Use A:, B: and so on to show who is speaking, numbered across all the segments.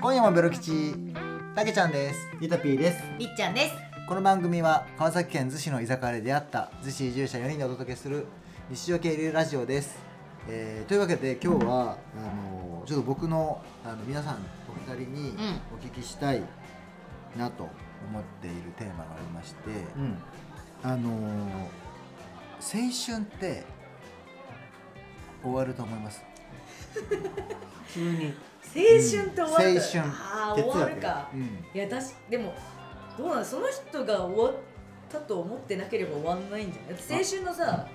A: 今夜もベロ吉たけちゃんです
B: ゆたぴーです。
C: りっちゃんです
A: この番組は川崎県逗子の居酒屋で出会った逗子移住者4人でお届けする日常系流ラジオです、えーというわけで今日はあのちょっと僕のあの皆さんお二人に
C: ん
A: お聞きしたいなと思っているテーマがありまして、
B: うん。
A: あの青春って終わると思います
B: 急に。
C: 青春って終わる、
A: うん青春
C: ああ終わるか
A: うん
C: いやだしでもどうなのその人が終わったと思ってなければ終わんないんじゃないだって青春のさ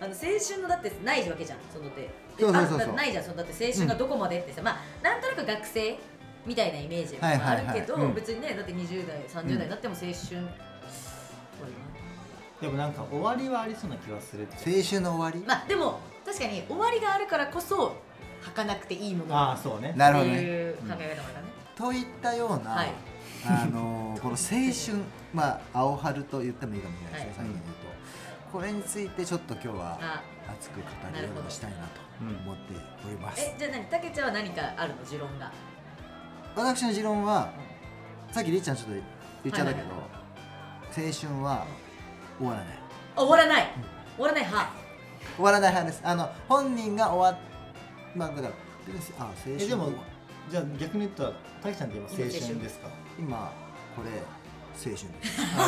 C: あの青春のだってないわけじゃんその手
A: そうそうそうそう
C: あだってないじゃんそのだって青春がどこまでってさ、まあなんとなく学生みたいなイメージは
A: はいはいはい
C: あるけど、
A: うん
C: 別にねだって20代30代になっても青春、終わるよね
B: でもなんか終わりはありそうな気がする。
A: 青春の終わり、
C: まあでも確かに終わりがあるからこそ儚くていいもの
B: ああ、そうね。
A: なる
C: っ
A: ほ
C: て
A: どね
C: いう考え方だね、
A: といったような、
C: はい
A: あのーこの青 春まあ青春と言ってもいいかもしれないですね、
B: は
A: 最
B: い
A: 近で言うとこれについてちょっと今日は
C: あ
A: 熱く語るようにしたいなと思っております
C: えじゃあ何たけちゃんは何かあるの持論が
A: 私の持論はさっきりっちゃんちょっと言っちゃったけど、
C: は
A: 青春は終わらない
C: あ終わらない終わらない派
A: 終わらない派ですあの本人が終わっまあだからあ青春
B: え、でも、じゃあ逆に言ったら、たけちゃんって今青春ですか。
A: 今これ青春です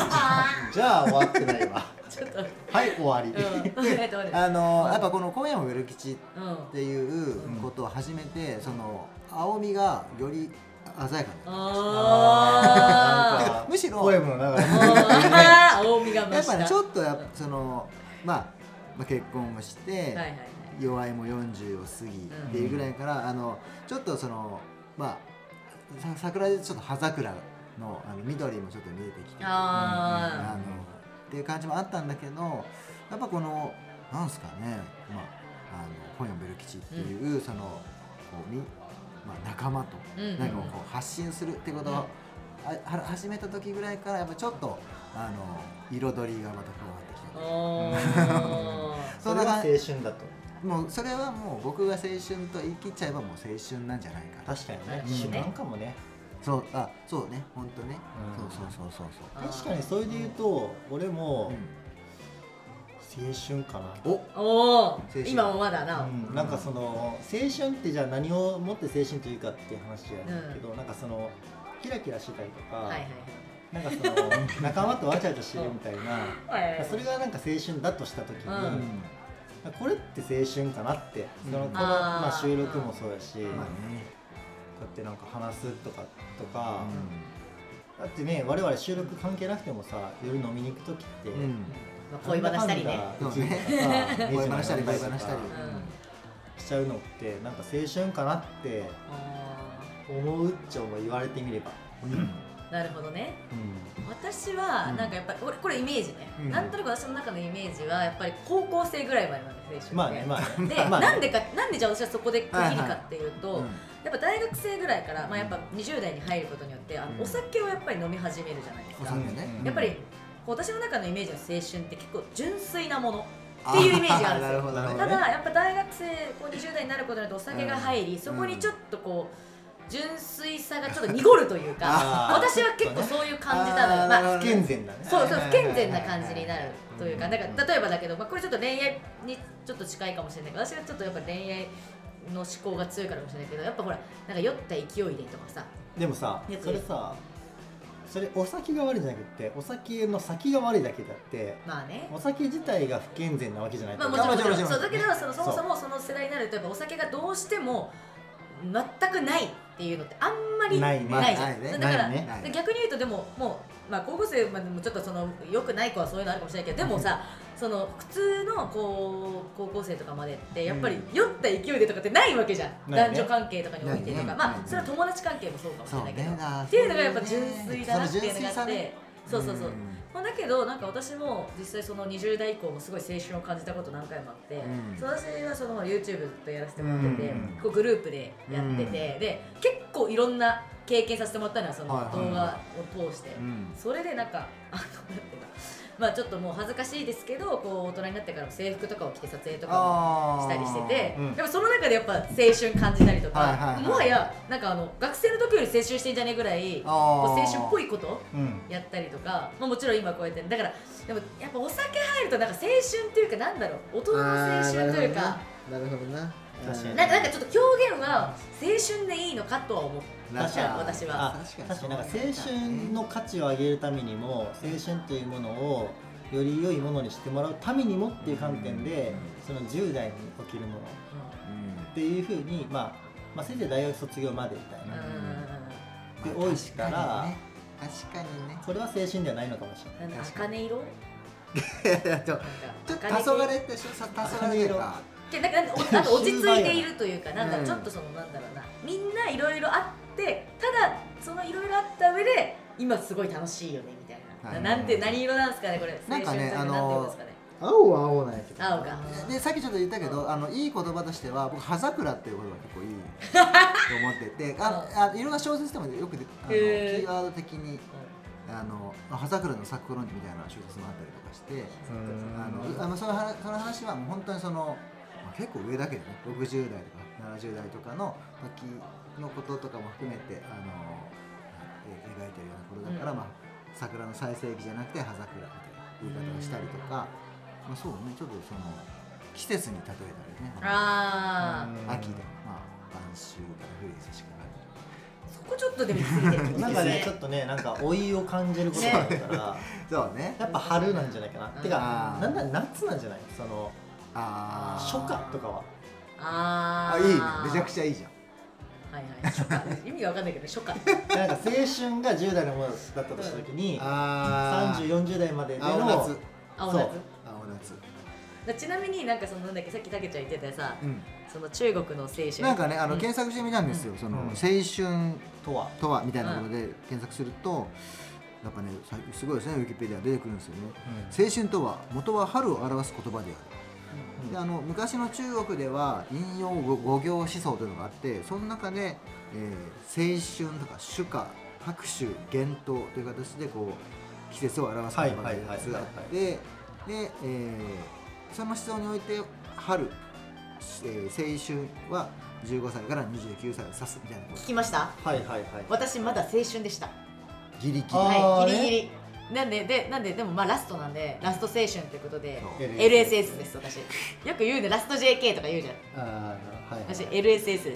B: じゃあ終わってないわ。
C: ちょっとうん
B: はい、終わり。
C: えっとね
A: あのーやっぱこの今夜もウェル吉
C: うん
A: っていうことを始めて、その青みがより鮮やかになっ
B: あー
A: たて
C: あ
B: なんか
A: かむしろ
B: ポエムの中に。
C: ああ大見が
A: や
C: 増
A: っ
C: し
A: ぱ
C: た
A: ねち
C: は
A: ょっとやっぱその、まあ、まあ結婚をし
C: い
A: て、
C: はいはい
A: 弱いも40を過ぎっていうぐらいから、あのちょっとそのまあさ桜でちょっと葉桜のあの緑もちょっと見えてきてあ
C: あ
A: のっていう感じもあったんだけどやっぱこのなんですかね、まあ、あの本屋ベル吉っていう、そのこうみ、まあ、仲間と
C: うんうんうん
A: 何かをこう発信するってことを、
C: うん
A: あは始めた時ぐらいからやっぱちょっとあの彩りがまた加わってき
C: あ
A: た
C: お
B: それが青春だと。
A: もうそれはもう僕が青春と言い切っちゃえばもう青春なんじゃないかな
B: 確かに
C: な
B: ね
C: る。ほど
B: 主
C: ね
B: 観かもね。
A: そうあそうね本当ね、
B: うん
A: そうそうそうそうそ
B: 確かに、それで言うと、俺も
A: う、
B: 青春かな。
A: お
C: おお
A: 春
C: 今もまだ
B: う
C: なおうん
B: ん、なんかその青春ってじゃあ何をもって青春というかっていう話じゃないけど、なんかそのキラキラしてたりとか、
C: はいはい
B: なんかその仲間とわちゃわちゃしてるみたいな
C: はいはい
B: それがなんか青春だとした時に、
C: う
A: うんん
B: これって青春かなってそのこの、
C: あー
B: まあ、収録もそうやし、
A: まあ
B: こ
A: ね、
B: うやってなんか話すとかとか、
A: う
B: だってね我々収録関係なくてもさ夜飲みに行く時って、
A: んうん
C: まあ恋バナしたりね
B: なんだかんだうちとかさ
A: 恋バナしたり恋バナしたり、
B: とか
C: う
B: しちゃうのってなんか青春かなって
C: あ
B: 思うっちゃ思う言われてみれば。
C: ーなるほどね
B: う
C: 私は
A: うん
C: なんかやっぱり、俺これイメージね、
A: うん
C: なんとなく私の中のイメージはやっぱり高校生ぐらいまでなんです
B: ん、
C: 青
B: まあ
C: 春って、
B: ねま
C: で、
B: あね まあね
C: なんでかなんでじゃあ私はそこで区切るかっていうと、
A: うん
C: やっぱ大学生ぐらいから、まあ、やっぱ
A: う
C: 20代に入ることによってあの、
A: うん
C: お酒をやっぱり飲み始めるじゃないです
A: お
C: か、
A: 酒ね、
B: うん
C: やっぱりこう私の中のイメージの青春って結構純粋なものっていうイメージがあるんで
A: ーな
C: すよ
A: るほど
C: た
A: なるほどね
C: だやっぱ大学生こう20代になることによってお酒が入り、そこにちょっとこう純粋さがちょっと濁るというか
B: あー
C: 私は結構そういう感じたの
A: あー
C: よ、ま
A: なるほどね
C: あ、
B: 不健全だね
C: そうそう
A: はい
C: 不
A: はいはい
C: 健全な感じになるというか
B: うん
C: だから例えばだけど、まあ、これちょっと恋愛にちょっと近いかもしれないけど私はちょっとやっぱ恋愛の思考が強いからかもしれないけどやっぱほらなんか酔った勢いでとかさ
B: でもさ
C: よく
B: それさそれお酒が悪いんじゃなくてお酒の先が悪いだけだって
C: まあね
B: お酒自体が不健全なわけじゃない
C: まあもち
A: ま
C: ろ
A: あ
C: んもちろ
A: も
C: ん
A: ちろん
C: そうだけどそのそも
B: そう
C: そもその世代になるとやっぱお酒がどうしても全くないっていうのってあんまり
B: な
C: ないい
B: ね
C: じゃん、
A: ないね
C: だから、
B: ないね
A: ないね
C: 逆に言うとでももう、まあ、高校生までもちょっとその良くない子はそういうのあるかもしれないけどでもさその普通のこう高校生とかまでってやっぱり酔った勢いでとかってないわけじゃん、
B: ない
C: 男
B: ね
C: 女関係とかにおいてとか、
A: ないね
C: まあ、
A: ないね
C: それは友達関係もそうかもしれないけど、
A: そうねだから
C: っていうのがやっぱ純粋だなっていうのがあ
A: そ
C: っ
A: の純粋さ
C: て、
A: ね
C: そうそうそう、
A: ん
C: まあ、だけどなんか私も実際その20代以降もすごい青春を感じたこと何回もあって、
A: うん
C: そう私はその YouTube ずっとやらせてもらってて、
B: うん
C: こうグループでやってて、
B: うん
C: で結構いろんな経験させてもらったのはその
A: はいはい
C: 動画を通して、
A: うん
C: それでなんかあのなんていうのまあちょっともう恥ずかしいですけどこう大人になってからも制服とかを着て撮影とかも
A: あ
C: し
A: ー
C: たりしてて、
B: うん
C: やっぱその中でやっぱ青春感じたりとか、
A: はいはいはい
C: もはやなんかあの学生の時より青春してんじゃねえぐらいこう
A: あー
C: 青春っぽいこと
B: うん
C: やったりとか、まあ、もちろん今こうやってだからでもやっぱお酒入るとなんか青春っていうかなんだろう大人の青春というか
A: なるほどな
B: 確かに
C: なんかなんかちょっと表現は青春でいいのかとは思った
A: 確かに
C: 私は。
B: あ
A: 確かに
B: 確かになんか青春の価値を上げるためにも青春というものをより良いものにしてもらうためにもっていう観点でその10代に起きるものっていうふうに、まあ、まあせいぜい大学卒業までみたい
C: うん
B: な、
A: うん
B: で多いから
A: 確かにね
B: それは青春ではないのかもしれない
C: なんか
A: 確か
C: 茜色
A: 確かにね ちょっと黄
C: なんか
A: 昏ってしょさ黄昏っていうか
C: けなんかおなんか落ち着いているというかなんだ
A: うん
C: ちょっとそのなんだろうなみんないろいろあってただそのいろいろあった上で今すごい楽しいよねみたいな、
A: はい
C: なんて何色なんですかねこれ
A: なんかね
C: 青春って
A: あの
C: なんていうんですかね
A: 青は青なんやけど
C: 青が
A: でさっきちょっと言ったけど、あのいい言葉としては僕葉桜っていう言葉結構いいと思ってて ああいろんな小説でもよくであのキ
C: へー
A: ーワード的にあの葉桜の咲く論みたいな小説もあったりとかしてあのあのその話その話はもう本当にその、まあ、結構上だけどね60代とか70代とかの時のこととかも含めてあのえ描いてるようなことだから、
C: うん
A: まあ、桜の最盛期じゃなくて葉桜みたいな言い方をしたりとか、まあ、そうねちょっとその季節に例えたりね
C: あー、
A: 秋で、まあ、晩秋から冬に差し掛かる
C: そこちょっとでも行き過ぎてるってこと
B: なん
C: です
B: か
C: ね
B: ねちょっとねなんか老いを感じることがあるから、
A: そうね
B: やっぱ春なんじゃないかな、
C: うん
B: てかなんだ夏なんじゃないその
A: あー
B: 初夏とかは
C: あ
A: あいいねめちゃくちゃいいじゃん
C: ゃはいはい初夏意味が分かんないけど初夏
B: なんか青春が10代のものだったとした時に
A: あー
B: 3040代まででの
A: 青夏
C: 青
B: そ
C: 夏
B: う
A: 青夏
C: だちなみになんかそのなんだっけさっきたけちゃん言ってたさ
A: うん
C: その中国の青春
A: なんかねあの
C: う
A: 検索してみたんですよ、その
B: うん
A: 青春
B: とは
A: とはみたいなことで検索すると、やっぱねさすごいですねウィキペディア出てくるんですよね青春とは元は春を表す言葉である、
B: うん
A: であの昔の中国では引用語語行思想というのがあってその中で、えー青春とか主歌拍手幻冬という形でこう季節を表す言葉が2つあってで、えーその思想において春、えー青春は15歳から29歳を指すみたいなこ
C: 聞きました
B: はいはいはい
C: 私まだ青春でした
A: とギリギリ
B: あー
C: はい、ギリ
B: ね
C: ギリ。なんで、で、なんで、でも、まあ、ラストなんで、ラスト青春ってことで。
A: そう
C: LSS です、私。よく言うね、ラスト JK とか言うじゃん。
B: あーはいはい
C: 私、LSS です。
A: LLS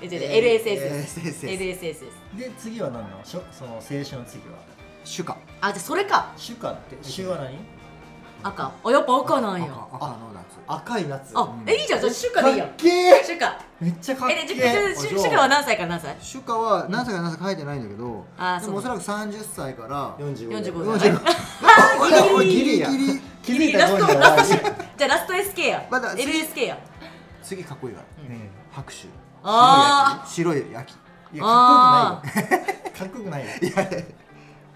C: え、違う違う LSS です
A: LSS
C: LSS です。
B: で次は何なのしょその青春の次は
A: 主歌
C: あ、じゃあそれか。
B: 主夏って主は何
C: 赤。あ、やっぱ赤なんや。
A: 赤赤の夏
B: 赤い夏
C: あ、え、いいじゃん。じゃあ、主
B: か
C: 歌で
B: っ
C: いいやん。
B: けえ
C: 主歌。
B: めっちゃかっけ
C: え、で、じゃあ
B: え
C: じゃあ主主歌は何歳から何歳
A: 主歌は何歳か何歳か書いてないんだけど、
C: あー
A: でもお
C: そ
A: そうらく30歳から
B: 45
C: ?45
A: 45
C: 歳。
A: お
C: あ、ギリギリ。
A: ギリギリ
B: 気
C: ギリ
B: づい
C: ラ
B: た
C: ス
B: 頃
C: ト、
B: に
C: ラ
B: は
C: スト主。じゃあ、ラスト SK や。
A: まだ
C: LSK や。
A: 次かっこいいから
B: うん
A: 拍手
C: あ
A: 白い焼き
B: いやかっこよくないよ かっこよくないよ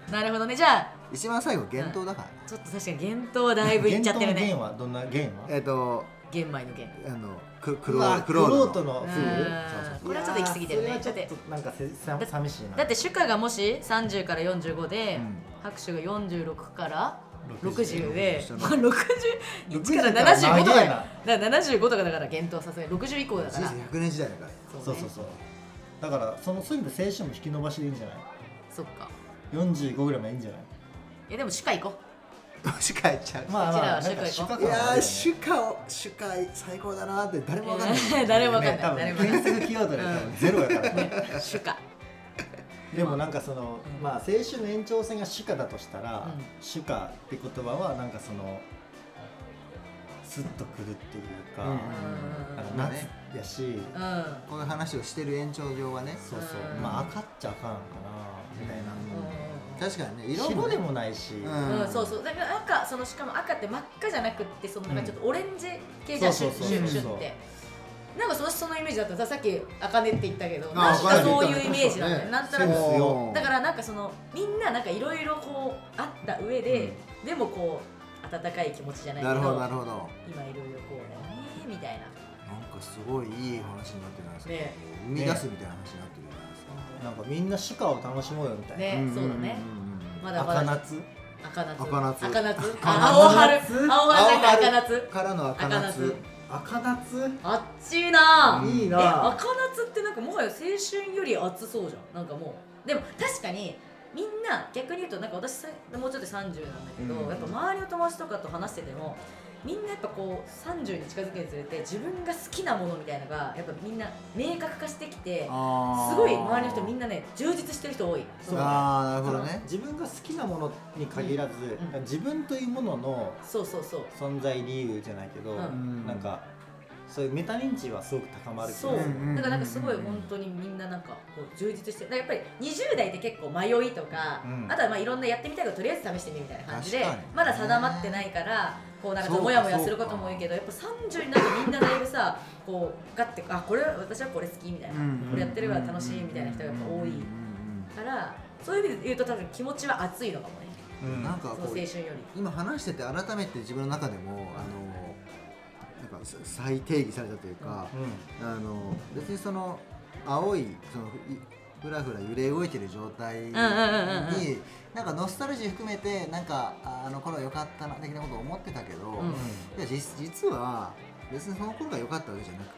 C: あ。なるほどね。じゃあ、
A: 一番最後幻冬だから、
C: ちょっと確かに幻冬はだいぶいっちゃってるね
B: 玄。はどんな玄は
A: えっ、と
C: 玄米の玄。
A: あのクク
B: ク
A: ロ
B: ロ
A: ー
B: ー
A: ク
B: ク
A: ロ
B: ロ
A: ー
B: ート
A: トの
B: の
C: うん
B: フグ
A: そうそう
C: これはちょっと行き過ぎてるね
B: いや
C: だ
B: ーそ
C: っ
B: れ
C: て
B: はちょっとなんかせさ寂しいな
C: だって主歌がもし30から45で、
A: うん
C: 拍手が46から60
B: 60
C: で
A: 60
C: 61
B: 60
C: から75と
B: 長
C: か
B: いな
C: だから75とかだから減等さすがに60以降だ
A: 人
C: か
A: 生
C: ら
A: 100年時代だから
B: そうそうそうだからそのそういう意味で青春も引き伸ばしでいいんじゃない
C: そっか
B: 45ぐらいまでいいんじゃない
C: いやでも主歌行こ
A: 主歌やっちゃう、
B: まあ
C: こち
B: ま
C: ら
B: あ
C: は
B: なんか
C: 社会
A: いやー
B: 主
A: 主歌を主歌最高だなって誰もわかんない、
C: う 誰もわかん
B: 多
C: ない誰
B: 分
C: もわかん
B: 検
C: ない
B: 索キーワードで多分ゼロやからね
C: ね主歌
B: でもなんかその
C: うん
B: まあ青春の延長線が主歌だとしたら
C: うん
B: 主歌って言葉はなんかそのスッとくるっていうか
A: うん
B: なんか
A: まあ
B: 夏
A: ね
B: やし
C: うんうん
A: こういう話をしてる延長上はね
B: そうそう
C: うん
B: まあ赤っちゃあかんかなみたいな
A: 確かにね色も
B: 白
A: ね
B: でもないし
A: うん
C: うん、そうそうだから赤そのしかも赤って真っ赤じゃなくってそのなんかちょっとオレンジ系じゃん、
B: うん
C: シュッ
B: そ
A: そう
B: う
A: そう
C: シュッシュ
B: そ
C: ッ
B: う
C: ってなんかそのそのイメージだったささっき「あかね」って言ったけど
A: あ
C: なんかそう
A: 茜
C: い
A: っ
C: う
A: て言った
C: イメージなんだよ
A: そうね
C: なんと
B: セ
C: な
B: ン
C: く
B: スよ
C: だからなんかそのみんななんかいろいろこうあった上で、でもこう温かい気持ちじゃないけ
A: な
C: ど
A: るほどな
C: 今
A: るほど
C: いろいろこうねみたいな
A: なんかすごいいい話になってないですか、
C: ね
A: 生み出すみたいな話になってるじゃないですか、
B: なんかみんな主歌を楽しもうよみたいな
C: ねそうだね
A: んんんん
C: まだま
B: 赤
C: だ
B: 夏
C: 赤夏
A: 赤夏
C: 赤
A: 赤
C: 夏
A: 夏
C: あ青春青春
B: 青春
C: 赤夏
A: からの赤夏
B: 赤夏
C: あっちいな
A: うん
B: いい
C: え
B: な
C: 赤夏ってなんかもはや青春より暑そうじゃんなんかもうでも確かにみんな逆に言うとなんか私さもうちょっと30なんだけど、
A: うん
C: やっぱ周りの友達とかと話しててもみんなやっぱこう30に近づくにつれて自分が好きなものみたいなのがやっぱみんな明確化してきてす
A: す
C: ごい周りの人みん
A: な
C: なね充実してる人多い
B: そう
A: あーなるほどね
B: 自分が好きなものに限らず、
C: んうん
B: 自分というものの
C: そうそうそう
B: 存在理由じゃないけど、
C: う
B: なんかそういうメタ認知はすごく高まるけ
C: そ
B: ど
C: う
A: うんうんうんうん
C: だからなんかすごい本当にみんななんかこう充実してだからやっぱり20代って結構迷いとか、
B: うん
C: あとはまあいろんなやってみたいけどとりあえず試してみるみたいな感じで
A: 確かに
C: まだ定まってないからこうなんかちょっ
A: そうか
C: とモヤモヤすることも多いけどやっぱ30になるとみんなだいぶさこうガッてあこれ私はこれ好きみたいな、
B: これやって
C: るから楽しいみたいな人がやっぱ多いからそういう意味で言うと多分気持ちは熱いのかもね
B: うん
A: なんか
C: その青
A: こ
C: 春
A: う
C: より。
A: 今話してて改めて自分の中でもあのなんか再定義されたというか、
B: う
A: あの別にその青いそのふいふらふら揺れ動いてる状態に
C: んうんうんうん
A: なんかノスタルジー含めてなんかああの頃良かったな的なことを思ってたけど、
C: うん
A: いや実実は別にその頃が良かったわけじゃなくて、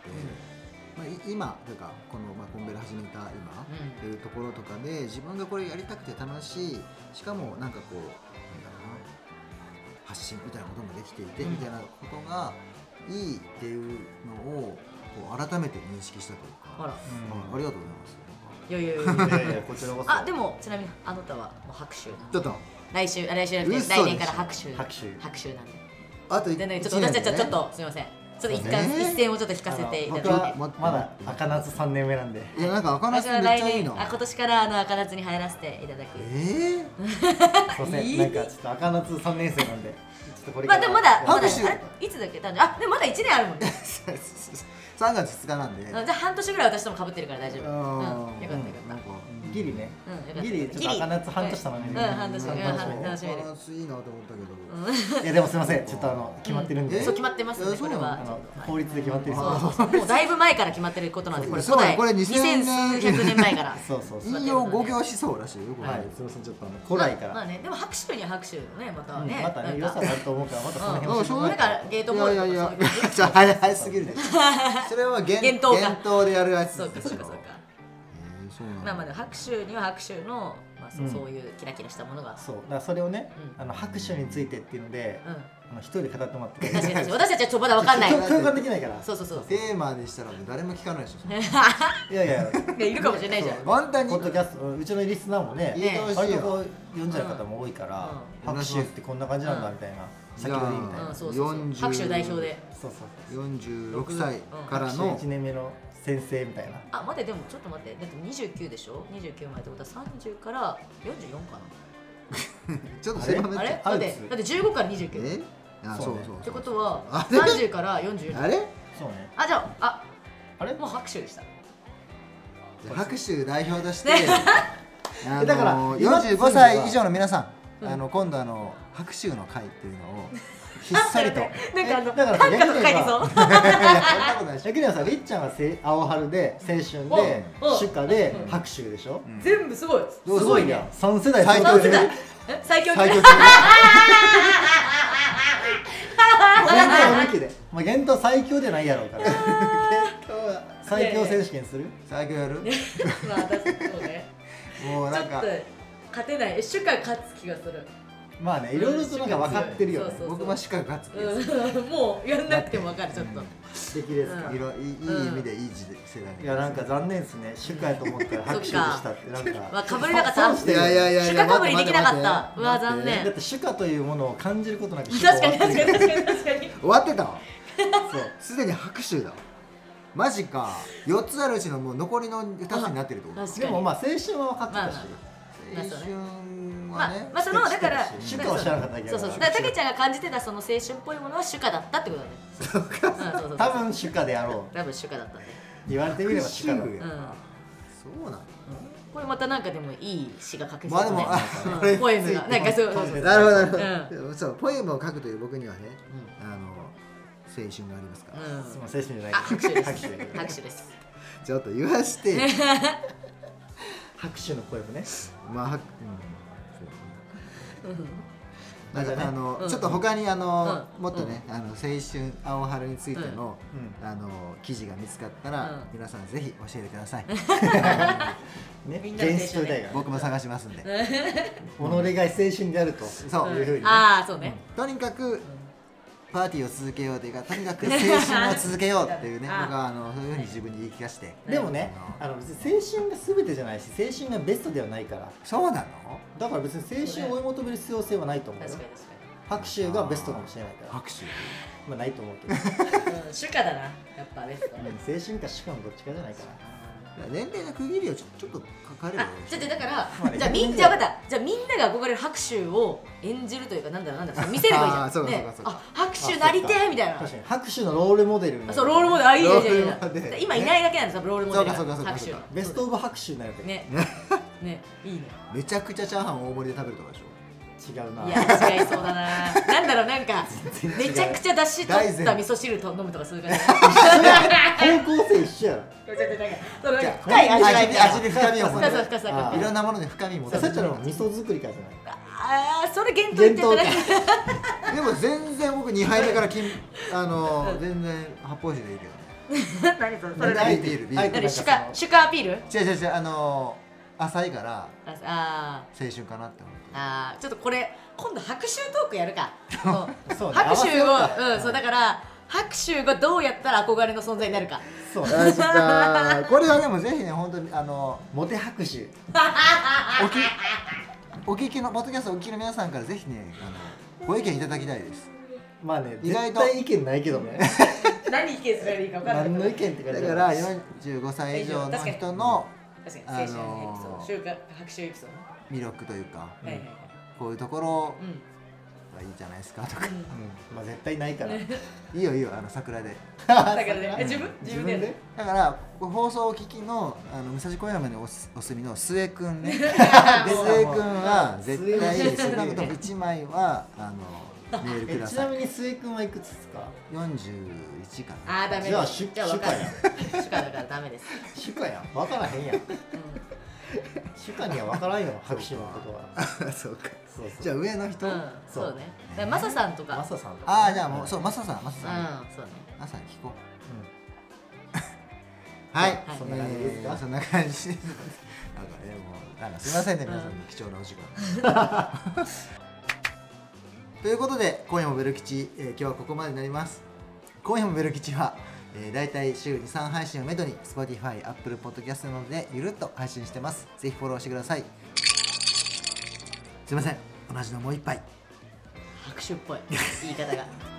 A: まあい、今というかこの、まあ、コンベル始めた今っていうところとかで自分がこれやりたくて楽しいしかもなんかこうなんだろうな発信みたいなこともできていて、
C: うん
A: みたいなことがいいっていうのをこう改めて認識したという
C: あ
A: か、
C: ら
A: あありがとうございます
C: いや いやいやいや
B: んいやいやこちらこそ
C: あでもちなみにあなたはもう拍手
A: ちょっと
C: 来週あ来週じゃなくて
A: 嘘でしょ
C: 来年から拍手
B: 拍手
C: 拍手なんで
A: あと一
C: でね、ちょっと
A: 一年
C: 私
A: で
C: たちはちょっと、すみません。ちょっと一回、
A: そうね
C: 一線をちょっと引かせていただいて。
B: あの僕はまだ赤夏3年目なんで
A: いやなんか赤
C: 私
A: 夏
C: は
A: めっ
C: 来
A: ちゃいい
C: 年、
A: の
C: あ、今年からあの赤夏に入らせていただく。
A: え
B: すいませんなんかちょっと赤夏3年生なんでちょっとこれ
C: ま
B: か
C: あ、
B: ら
C: でもまだ、まだ、あ
A: 拍
C: れ
A: 手
C: いつだっけ、誕生日あ、でもまだ一年あるもんね。
A: えー、3月2日なん で
C: じゃあ、半年ぐらい私とも被ってるから、大丈夫。うん、
A: うん
C: よかった、よか
A: な
C: っ
A: んか
B: ギリね
C: た。うん、よかった。
B: ギリちょっと赤夏半年だもんね
C: うん、半年、うん、
B: 半
C: 半
B: 年
A: バ
C: 楽しみです
A: ラ。ンスいいなと思ったけど、
B: いやでもすいませんちょっとあの決まってるんで、
A: え
C: そう、決まってます
A: え
C: ね、
A: そ
C: こ
A: うな
C: れ
A: の
B: あ
C: は。
B: の法律で決まってるんです
C: そうそうそうもうだいぶ前から決まってることなんで、これ
A: そう
C: 古
A: だ
C: 代
A: よこれ
C: 二
A: 2000
C: 千数百年前から。
B: そうそうそう
A: 引用五行思想らしいよこれ、
B: はいすいませんちょっとあの古来から、
C: まあね、でも拍手には拍手のね、また
B: うん
C: ね。
B: また
C: な
B: ね
C: ん
B: 良
C: か
B: さがあると思うからまたその辺
A: うん
B: 教えてもら
C: だ
B: え
C: か
B: た
C: ら
B: ら
C: ゲート
A: い
C: ボー
A: や
C: ル
A: いや
C: とか
A: いや
C: そういう、
A: じゃ早早すぎ るでしょ。それは
C: 幻
A: 幻
C: 灯か
A: 幻灯でやるやつ
C: そうか
A: でしょ。
C: そうかそうか。
A: えーそうなんだ。
C: まあまあでも拍手には拍手の、まあそう
B: うん
C: そういうキラキラしたものが。
B: そうだからそれをね、
C: うん
B: あの拍手についてっていうので、
C: うん。
B: あの一人で語ってもらって
C: 確かに確かに私たちはちょっとまだわかんない。
B: 共共感できないから
C: そうそうそう。
A: テーマでしたらもう誰も聞かないでしょ。
B: いやいや
C: いやいるかもしれないじゃん。
A: 簡単に
B: ポッドキャストうんうちのリスナーもね
A: 入れてほしい
B: 割とこ
A: よ。
B: う読んじゃう方も多いから、
A: うん
B: 拍手ってこんな感じなんだ
C: うん
B: みたいな、先ほどいいみたいな、
C: うん、そうそうそう。
A: 40
C: 拍手代表で。
B: そうそう
A: 四十六歳から
B: そう
A: の
B: 1年目の先生みたいな
C: あ、待って、でもちょっと待って。だって29でしょ ?29 前ってことは30から44か
A: ちょっと狭め
C: な。あ
A: っ
C: れ
A: ちゃう。
C: だっ
B: ア
C: て
B: ウツ
C: だって15から29。っ
A: え？あ
B: そ
A: そうう
B: ね
A: そう。
C: てことは、
A: あれ
C: 30から44。
A: あれ？
B: そうね
C: あ、じゃあ、
B: あれ
C: あ、もう拍手でした。
A: じゃあ拍手代表として
C: ね。
A: あ
B: えだから
A: の
B: 今
A: 四
B: っつう
A: 十
B: のは
A: 五歳以上の皆さん、
C: うん
A: あの今度あの拍手の会っていうのをひっそ りと。
C: なんかあの、
B: だからさ
C: 短歌とかにそう。
A: そん なことないでしょ
B: 逆にはさりっちゃんはせ青春で青春で
C: おお
B: 主歌で
C: うん
B: 拍手でしょ、
A: うん
C: 全部すごい。す
A: どうぞ
C: ごいね
A: や。
B: 三3世代
A: 最
C: 強
B: 揃
C: 級
B: えて
C: だ
B: る。
C: え最強級
A: 最 強級。
B: 源頭抜きでまあ源頭最強じゃないやろ うから最強選手権する
A: 最強やる？
C: まあ、私そうね。
A: もうな
C: ちょっ
A: ん
C: と
A: か
C: 勝てない主が勝つ気がする、
B: まあねいろいろとなんか分かってるよね
C: そうそう
A: 僕はしか勝つ気がする。
C: うん、もうやんなくても分かるちょっと、
A: うん
B: 素敵ですか、
C: うん
A: いろいいい
C: うん
A: い意味でいい時代世代。
B: いやなんか残念ですね主歌やと思ったら拍手でした ってなん
C: まあ、
B: か
C: かぶれなかった
B: そうし
A: い
B: て
A: やいやいやいや。
C: 主観被りできなかった
A: 待て待て
C: うわ残念
B: だって主歌というものを感じることなく主歌
C: 確かに確かに確かに確かに
A: 終わってたわ。
B: そう
A: すでに拍手だわ。マジか。四つあるうちのもう残りの二つになってるってこと。
C: 確か
B: で
C: に
B: もまあ青春は分か
C: ま
B: って
C: あま
B: た
C: あ
B: し、
A: 青
C: そう
A: 春
C: ね
A: は
C: まあ
A: ね。
C: まあそのだから
B: 知ってたし
C: だ
B: 主歌を知らなかったけ
C: そ
B: ど
C: うそうそうだからたけちゃんが感じてたその青春っぽいものは主歌だったってことだねそうか、ん、そうそう
B: 多分主歌でやろう
C: 多分主歌だったね
B: 言われてみれば主歌だ
A: 拍手や
C: うん
A: なそうなんだ。
C: これまたなんかでもいい詩が書けそ
A: まあで
C: う
A: も
C: ね、
A: あこ
C: う
A: れ
C: ん、ポエムがなんかそうそうそう
A: なるほどなるほど、そうポエムを書くという僕にはねあの青春がありますから、
C: うん、うん
B: すいません青春じゃない
C: あ拍手です
B: 拍手だけど
C: 拍手です
A: ちょっと言わして
B: 拍手の声もね
A: まあ、はうん、そう
C: うん
A: なんか
B: なんかね
A: あの、
C: うん
A: ちょっと他にあの、
C: うん
A: もっとね、あの青春青春についての、
B: うん
A: あの記事が見つかったら、
C: うん
A: 皆さんぜひ教えてください。
B: ね、
C: みんなで
B: 現
C: 一緒
B: 実
C: ね
B: だよ
A: 僕も探しますんで。
B: 己が青春であると
A: そう
B: いうふうにね
C: ああそうね、
A: とにかくパーティーを続けようというか、とにかく青春を続けようっていうね、
C: あ
A: 僕はあのそういうふうに自分に言い聞かせて。
B: でもねあの別に青春が全てじゃないし青春がベストではないから
A: そうなの？
B: だから別に青春を追い求める必要性はないと思うよ
C: 確かに確かに
B: 拍手がベストかもしれないから
A: 拍手。
B: まあないと思う けど、うん
C: うん、主家だな、やっぱベスト。
B: 青春か主観どっちかじゃないかな
A: 年齢の区切りをちょちょっと書かれる
C: あ、じゃあじゃあだから
B: まあ、ね
C: じゃあみんじゃあまた、じゃあみんなが憧れる拍手を演じるというか、なんだろうなんだろう、見せればいいじゃん。
A: あーそうか
C: ね
A: そうかそうか
C: あ、拍手なりてーみたいな。
B: 確かに拍手のロールモデル
C: あ
B: になる
C: そうロールモデル、あいいじゃんいいじゃんいいじ
A: ロールモデ
C: ゃ
A: ル
C: ん。今いないだけなんですよ、ロールモデルが。
A: そうかそうかそうか
C: 拍手は
A: そうか
B: ベストオブ拍手になるけど、
C: ね、ね、いいね。
A: めちゃくちゃチャーハン大盛りで食べるとかでしょ。
B: 違うない
C: や、違いそうだな。なんだろう、なんか、めちゃくちゃ出汁取
A: 大
C: っ
A: 前
C: た味噌汁と飲むとかそういう 感じ。
B: 高校生一緒やろ
C: ちょっとなんかそのなん
A: じ
C: か
A: ゃあ
C: 深い味わいみたいな。
A: 味に深みを持
C: 深
A: って
C: さ深さ深さ
B: あー
A: いろんなものに深みを持
B: さ
A: た
B: っ
A: せ
B: き
A: て
B: の味噌作りからじゃない
C: あーそれ限
B: 伝
C: 定
B: 統
C: っ
B: か
C: てね
A: でも全然僕2杯目から金あの全然発泡酒でいいけどね
C: 何それそれ
A: な
C: 何
A: いビールビール
B: あえて
C: 何
B: な
C: 主
B: んか
C: 家主家アピール
A: 違う違う違うあの浅いから
C: ああ
A: 青春かなって思って
C: ーあーちょっとこれ今度拍手トークやるか
B: そ
C: も
B: う
C: う
B: ね
C: 拍手
B: 合わせよう
C: を
B: か
C: うんそうだから拍手がどうやったら憧れの存在になるか
B: そうそうね
A: マジかこれはでもぜひね本当にあの
B: モテ拍手
A: お聞きのポッドキャストお聞きの皆さんからぜひねあのご意見いただきたいです
B: まあね
A: 意外
B: 絶
A: と
B: 対意見ないけどね
C: 何意見すればいいか分から
B: 何
C: な
B: の
C: い
B: 意見って感
A: だ
B: じ
A: から45歳以上の人の
C: 確か
A: あ
C: に青春エピソー
A: の
C: ド週刊拍手エピソード
A: 魅力というか
C: はいはい
A: こういうところ
C: うん
A: がいいんじゃないですかとか
C: うん
B: うんまあ絶対ないから
A: いいよいいよあの桜で
C: だからねえ自分自分で
A: だから放送をお聞きのあの武蔵小山におすお住みの末くん ね
B: 出た
A: 末くんは絶対
B: 末
A: 少
B: 君
A: なくとも1枚はあのメール
B: え
A: くだ
B: ちな
A: さい
B: みに末君はいくつですか
A: 41かな
C: あーダメです
B: じゃあ主
C: じゃあ分かる
B: 主
C: 主家だからダメです
B: 主家やん分からへんやん主家には分からんよ拍手のこと は
A: そうか
B: そうそう
A: じゃあ上の
C: う
A: 人、
C: んう
A: あ
C: んそうねだからマサさんと
B: マ
C: か
B: サさんとか
A: あじゃあもうそううマサさんマサ
C: うん
A: さん、
C: そうね
A: マサさん聞こうんはい、
C: はい
B: そんな感じですか
A: えーそんな感じ ですなんかねもうなんかすみませんね皆さんの貴重なお時間 ということで今夜もベル吉、えー今日はここまでになります今夜もベル吉は、えー、大体週に3配信をめどに Spotify、Apple Podcast などでゆるっと配信してますぜひフォローしてくださいすみません同じのもう一杯
C: 拍手っぽい言い方が